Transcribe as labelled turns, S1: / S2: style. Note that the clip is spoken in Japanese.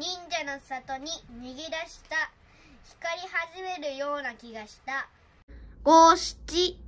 S1: の里に逃げ出した光り始めるような気がした
S2: 五七